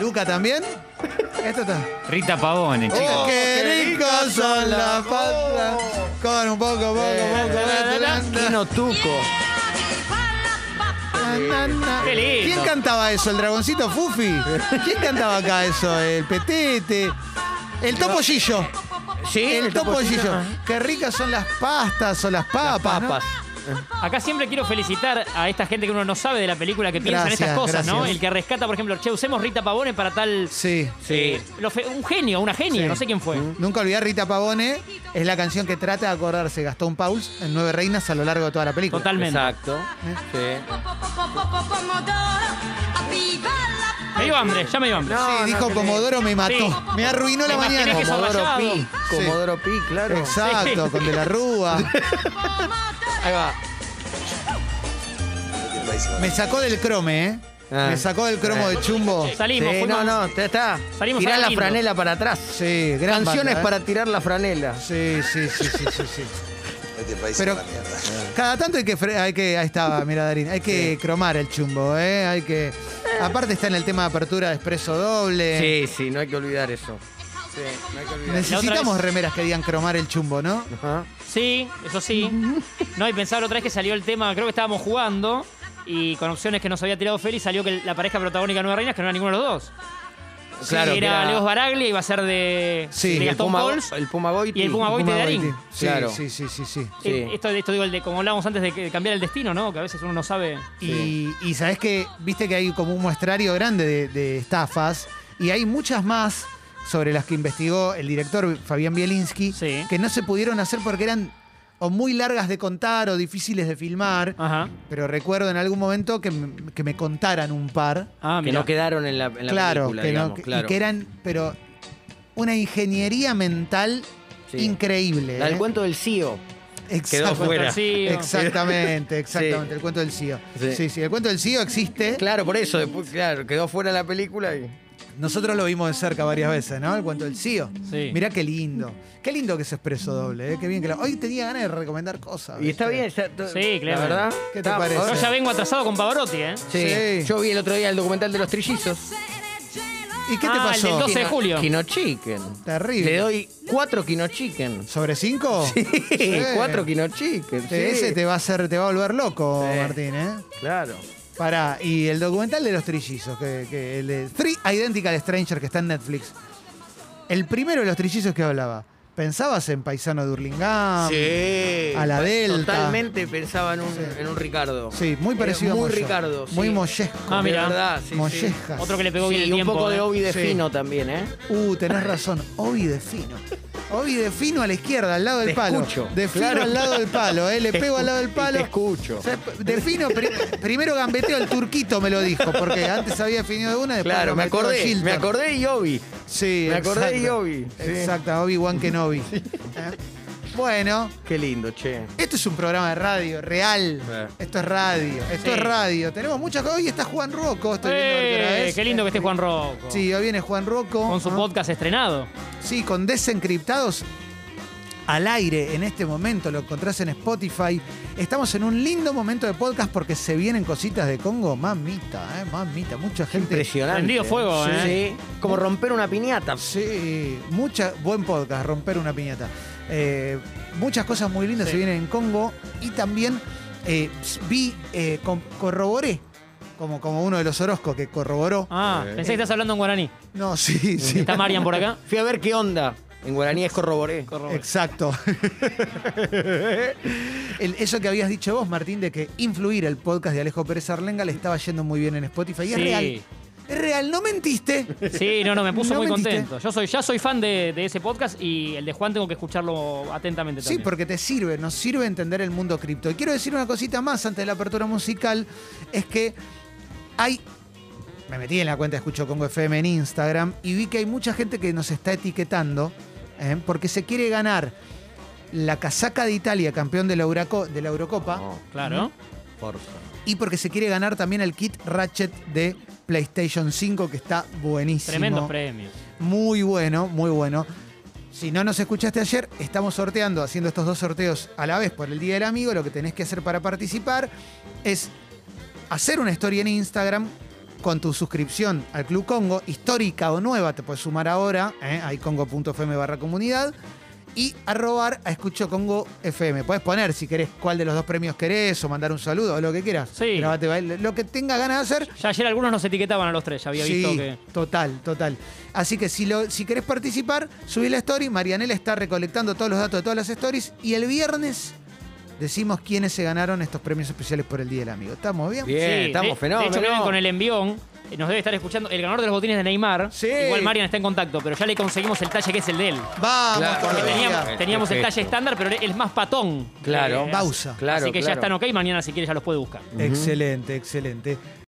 Speaker 1: ¿Luca
Speaker 2: [laughs]
Speaker 1: también? Esto está.
Speaker 5: Rita
Speaker 4: Oh.
Speaker 5: Pavone, chicos.
Speaker 1: Oh, ¡Qué,
Speaker 2: qué
Speaker 1: ricas son las patas! Con un poco, poco, poco
Speaker 2: Eh,
Speaker 1: de
Speaker 2: Kino Tuco.
Speaker 1: Na, na, na.
Speaker 4: Qué lindo.
Speaker 1: ¿Quién cantaba eso? ¿El dragoncito Fufi? ¿Quién cantaba acá eso? ¿El petete? El topollillo.
Speaker 2: Sí,
Speaker 1: El topollillo.
Speaker 2: Ajá.
Speaker 1: Qué ricas son las pastas o las
Speaker 2: Las
Speaker 1: papas. ¿no?
Speaker 2: papas.
Speaker 4: Acá siempre quiero felicitar a esta gente que uno no sabe de la película que piensa
Speaker 1: Gracias,
Speaker 4: en estas cosas, ¿no?
Speaker 1: gracias.
Speaker 4: El que rescata, por ejemplo, che, usemos Rita Pavone para tal.
Speaker 1: Sí.
Speaker 2: Sí.
Speaker 4: Eh,
Speaker 2: Mm.
Speaker 4: Lo fe- un genio, una genia,
Speaker 1: Sí.
Speaker 4: no sé quién fue.
Speaker 1: Nunca olvidar Rita Pavone. Es la canción que trata de acordarse Gastón Pauls en Nueve Reinas a lo largo de toda la película.
Speaker 4: Totalmente.
Speaker 2: Exacto. Sí.
Speaker 4: Me dio hambre, ya me dio hambre.
Speaker 1: Sí,
Speaker 2: No,
Speaker 1: dijo
Speaker 2: no,
Speaker 1: Comodoro me mató.
Speaker 4: Sí.
Speaker 1: Me arruinó la
Speaker 4: Me imaginé
Speaker 1: mañana.
Speaker 4: que eso
Speaker 2: Comodoro
Speaker 4: Rayado.
Speaker 2: Pi. Comodoro Pi, claro.
Speaker 1: Exacto,
Speaker 4: Sí.
Speaker 1: con De la Rúa.
Speaker 2: Ahí va.
Speaker 1: Me sacó del crome, ¿eh?
Speaker 2: Ah.
Speaker 1: Me sacó del cromo de chumbo.
Speaker 4: Salimos,
Speaker 2: Sí,
Speaker 4: fuimos-
Speaker 2: no, no, está, está.
Speaker 4: Salimos
Speaker 2: Tirá
Speaker 4: ahora
Speaker 2: la
Speaker 4: lindo.
Speaker 2: franela para atrás.
Speaker 1: Sí, gran
Speaker 2: Canciones
Speaker 1: banda, ¿eh?
Speaker 2: para tirar la franela.
Speaker 1: Sí, sí, sí, sí, sí, sí.
Speaker 6: [laughs] Este país
Speaker 1: Pero-
Speaker 6: es la mierda.
Speaker 1: Cada tanto hay que, fre- hay que. Ahí está, mira Darín. Hay que cromar el chumbo, ¿eh? Hay que. Aparte está en el tema de apertura de expreso doble.
Speaker 2: Sí, sí, no hay que olvidar eso. Sí, no hay que olvidar.
Speaker 1: Necesitamos remeras que digan cromar el chumbo, ¿no?
Speaker 2: Ajá.
Speaker 4: Sí,
Speaker 2: [laughs]
Speaker 4: eso sí. No, y pensaba la otra vez que salió el tema, creo que estábamos jugando y con opciones que nos había tirado Félix salió que la pareja protagónica de Nueva Reinas, que no era ninguno de los dos.
Speaker 2: Claro,
Speaker 4: Sí,
Speaker 2: que
Speaker 4: era
Speaker 2: era-
Speaker 4: Leos Baraglia, iba a ser de,
Speaker 1: Sí,
Speaker 4: de
Speaker 1: y
Speaker 2: El
Speaker 4: Gastón
Speaker 2: Puma,
Speaker 4: Pauls.
Speaker 2: el Puma Boiti.
Speaker 4: y el Puma Boiti. de Darín.
Speaker 1: Sí,
Speaker 2: Claro.
Speaker 1: sí, sí, sí, sí.
Speaker 2: Sí.
Speaker 4: Eh, Esto, esto digo, el de, como hablábamos antes de, que- de cambiar el destino, ¿no? Que a veces uno no sabe.
Speaker 1: Y, y sabes que, viste que hay como un muestrario grande de, de estafas y hay muchas más sobre las que investigó el director Fabián Bielinski
Speaker 4: Sí.
Speaker 1: que no se pudieron hacer porque eran o muy largas de contar o difíciles de filmar.
Speaker 2: Ah.
Speaker 4: Ajá.
Speaker 1: Pero recuerdo en algún momento que, me- que me contaran un par.
Speaker 4: Ah,
Speaker 2: Que
Speaker 4: mira.
Speaker 2: no quedaron en la, en la
Speaker 1: claro,
Speaker 2: película,
Speaker 1: que no-
Speaker 2: digamos,
Speaker 1: que- y
Speaker 2: claro.
Speaker 1: que eran, pero una ingeniería mental
Speaker 2: Sí.
Speaker 1: increíble.
Speaker 2: La del
Speaker 1: ¿eh?
Speaker 2: cuento del CEO.
Speaker 1: Exacto.
Speaker 2: quedó fuera. [laughs]
Speaker 1: Exactamente, exactamente. El cuento del CEO. Sí.
Speaker 2: Sí.
Speaker 1: sí, el cuento del CEO existe.
Speaker 2: Claro, por eso, después, claro, quedó fuera la película y.
Speaker 1: Nosotros lo vimos de cerca varias veces, ¿no? El cuento del CEO.
Speaker 4: Sí.
Speaker 1: Mirá qué lindo. Qué lindo que es expreso doble, ¿eh? Qué bien que lo- Hoy tenía ganas de recomendar cosas.
Speaker 2: Y está
Speaker 1: ¿viste?
Speaker 2: bien, está, t-
Speaker 4: Sí, claro.
Speaker 2: La verdad.
Speaker 1: ¿Qué te
Speaker 2: está-
Speaker 1: parece?
Speaker 4: Yo ya vengo atrasado con Pavarotti, ¿eh?
Speaker 2: Sí.
Speaker 1: Sí.
Speaker 2: Yo vi el otro día el documental de los trillizos.
Speaker 1: ¿Y qué te
Speaker 4: Ah, el
Speaker 1: pasó?
Speaker 4: del 12 de julio.
Speaker 2: Kino Chicken.
Speaker 1: Terrible.
Speaker 2: Le doy cuatro Kino Chicken.
Speaker 1: ¿Sobre cinco?
Speaker 2: Sí, cuatro Kino Chicken. Sí.
Speaker 1: Ese te va a hacer, te va a volver loco,
Speaker 2: Sí.
Speaker 1: Martín, ¿eh?
Speaker 2: Claro.
Speaker 1: Pará, y el documental de los trillizos, que, que el de Three Identical Stranger que está en Netflix. El primero de los trillizos que hablaba. ¿Pensabas en Paisano de Hurlingham?
Speaker 2: Sí.
Speaker 1: a la Delta.
Speaker 2: Totalmente pensaba en un, en un Ricardo.
Speaker 1: Sí, muy parecido
Speaker 2: Muy
Speaker 1: a Moyo.
Speaker 2: Ricardo, sí.
Speaker 1: Muy mollesco.
Speaker 4: Ah,
Speaker 2: De
Speaker 4: mira.
Speaker 2: verdad, sí, sí.
Speaker 1: Mollejas.
Speaker 4: Otro que le pegó bien
Speaker 2: Sí,
Speaker 4: el
Speaker 2: un
Speaker 4: tiempo.
Speaker 2: poco de
Speaker 4: ¿eh?
Speaker 2: Obi de
Speaker 1: Sí.
Speaker 2: fino también, ¿eh?
Speaker 1: Uh, tenés razón. Obi de fino. Obi de fino a la izquierda, al lado del
Speaker 2: Te
Speaker 1: palo.
Speaker 2: escucho.
Speaker 1: De fino
Speaker 2: Claro.
Speaker 1: al lado del palo, ¿eh? Le
Speaker 2: Te
Speaker 1: pego al lado del
Speaker 2: escu-
Speaker 1: palo.
Speaker 2: y te escucho.
Speaker 1: O sea, de fino, pri- primero gambeteo el turquito, me lo dijo, porque antes había definido de una, después
Speaker 2: Claro, me
Speaker 1: gambeteó
Speaker 2: acordé,
Speaker 1: Shilton.
Speaker 2: me acordé de Obi.
Speaker 1: Sí,
Speaker 2: Me acordé de
Speaker 1: exacto.
Speaker 2: Obi, sí.
Speaker 1: Exacto, Obi-Wan Kenobi. ¿Eh? Bueno,
Speaker 2: Qué lindo, che.
Speaker 1: esto es un programa de radio, real.
Speaker 2: Sí.
Speaker 1: Esto es radio, esto
Speaker 4: Sí.
Speaker 1: es radio. Tenemos muchas cosas. Hoy está Juan Rocco, estoy viendo
Speaker 4: Eh,
Speaker 1: qué hora es.
Speaker 4: qué lindo que esté Juan Rocco.
Speaker 1: Sí, hoy viene Juan Rocco.
Speaker 4: Con su
Speaker 1: ¿no?
Speaker 4: podcast estrenado.
Speaker 1: Sí, con Desencriptados al aire en este momento. Lo encontrás en Spotify. Estamos en un lindo momento de podcast porque se vienen cositas de Congo. Mamita, eh, mamita. Mucha gente.
Speaker 2: Impresionante.
Speaker 4: Prendido fuego,
Speaker 2: sí.
Speaker 4: ¿eh?
Speaker 2: Sí. Como romper una piñata.
Speaker 1: Sí, mucha, buen podcast, romper una piñata. Eh, muchas cosas muy lindas
Speaker 4: Sí.
Speaker 1: se vienen en Congo y también eh, vi, eh, com- corroboré, como, como uno de los Orozco que corroboró.
Speaker 4: Ah, pensé que estás hablando en guaraní.
Speaker 1: No, sí, sí.
Speaker 4: Está Marian
Speaker 2: [laughs]
Speaker 4: por acá.
Speaker 2: Fui a ver qué onda. En guaraní es corroboré.
Speaker 1: Exacto. [laughs] El- eso que habías dicho vos, Martín, de que influir el podcast de Alejo Pérez Arlenga le estaba yendo muy bien en Spotify. Y es
Speaker 4: Sí.
Speaker 1: real. Es real, no
Speaker 4: [laughs]
Speaker 1: mentiste.
Speaker 4: Sí, no, no, me puso
Speaker 1: No
Speaker 4: muy
Speaker 1: mentiste.
Speaker 4: contento. Yo soy, ya soy fan de, de ese podcast y el de Juan tengo que escucharlo atentamente
Speaker 1: Sí,
Speaker 4: también.
Speaker 1: porque te sirve, nos sirve entender el mundo cripto. Y quiero decir una cosita más antes de la apertura musical, es que hay... Me metí en la cuenta de Escucho Congo FM en Instagram y vi que hay mucha gente que nos está etiquetando ¿eh? porque se quiere ganar la casaca de Italia, campeón de la, Euraco- de la Eurocopa,
Speaker 4: Oh.
Speaker 2: No,
Speaker 4: Claro.
Speaker 2: porfa.
Speaker 1: y porque se quiere ganar también el kit Ratchet de PlayStation 5 que está buenísimo.
Speaker 4: Tremendos premios.
Speaker 1: Muy bueno, muy bueno. Si no nos escuchaste ayer, estamos sorteando, haciendo estos dos sorteos a la vez por el Día del Amigo. Lo que tenés que hacer para participar es hacer una historia en Instagram con tu suscripción al Club Congo, histórica o nueva, te puedes sumar ahora, ¿eh? ahí congo.fm barra comunidad, y arrobar a Escucho Congo FM. Puedes poner si querés cuál de los dos premios querés o mandar un saludo o lo que quieras.
Speaker 4: Sí.
Speaker 1: Grabate, baile, lo que tengas ganas de hacer,
Speaker 4: Ya ayer algunos nos etiquetaban a los tres, ya había visto
Speaker 1: sí,
Speaker 4: que.
Speaker 1: total, total. Así que si, lo, si querés participar, subí la story. Marianela está recolectando todos los datos de todas las stories. Y el viernes decimos quiénes se ganaron estos premios especiales por el Día del Amigo. ¿Estamos bien?
Speaker 2: Bien,
Speaker 4: Sí, de-
Speaker 2: estamos fenómenos.
Speaker 4: De hecho, creo que con el envión eh, nos debe estar escuchando el ganador de los botines de Neymar.
Speaker 1: Sí.
Speaker 4: Igual Marian está en contacto, pero ya le conseguimos el talle que es el de él.
Speaker 1: Vamos,
Speaker 2: Claro,
Speaker 1: todavía.
Speaker 2: que
Speaker 4: Teníamos, teníamos el
Speaker 2: Perfecto.
Speaker 4: talle estándar, pero él es más patón.
Speaker 2: Claro.
Speaker 1: Bausa.
Speaker 2: Claro,
Speaker 4: eh, Así que ya
Speaker 2: claro.
Speaker 4: están ok, mañana si quiere ya los puede buscar.
Speaker 1: Excelente, excelente.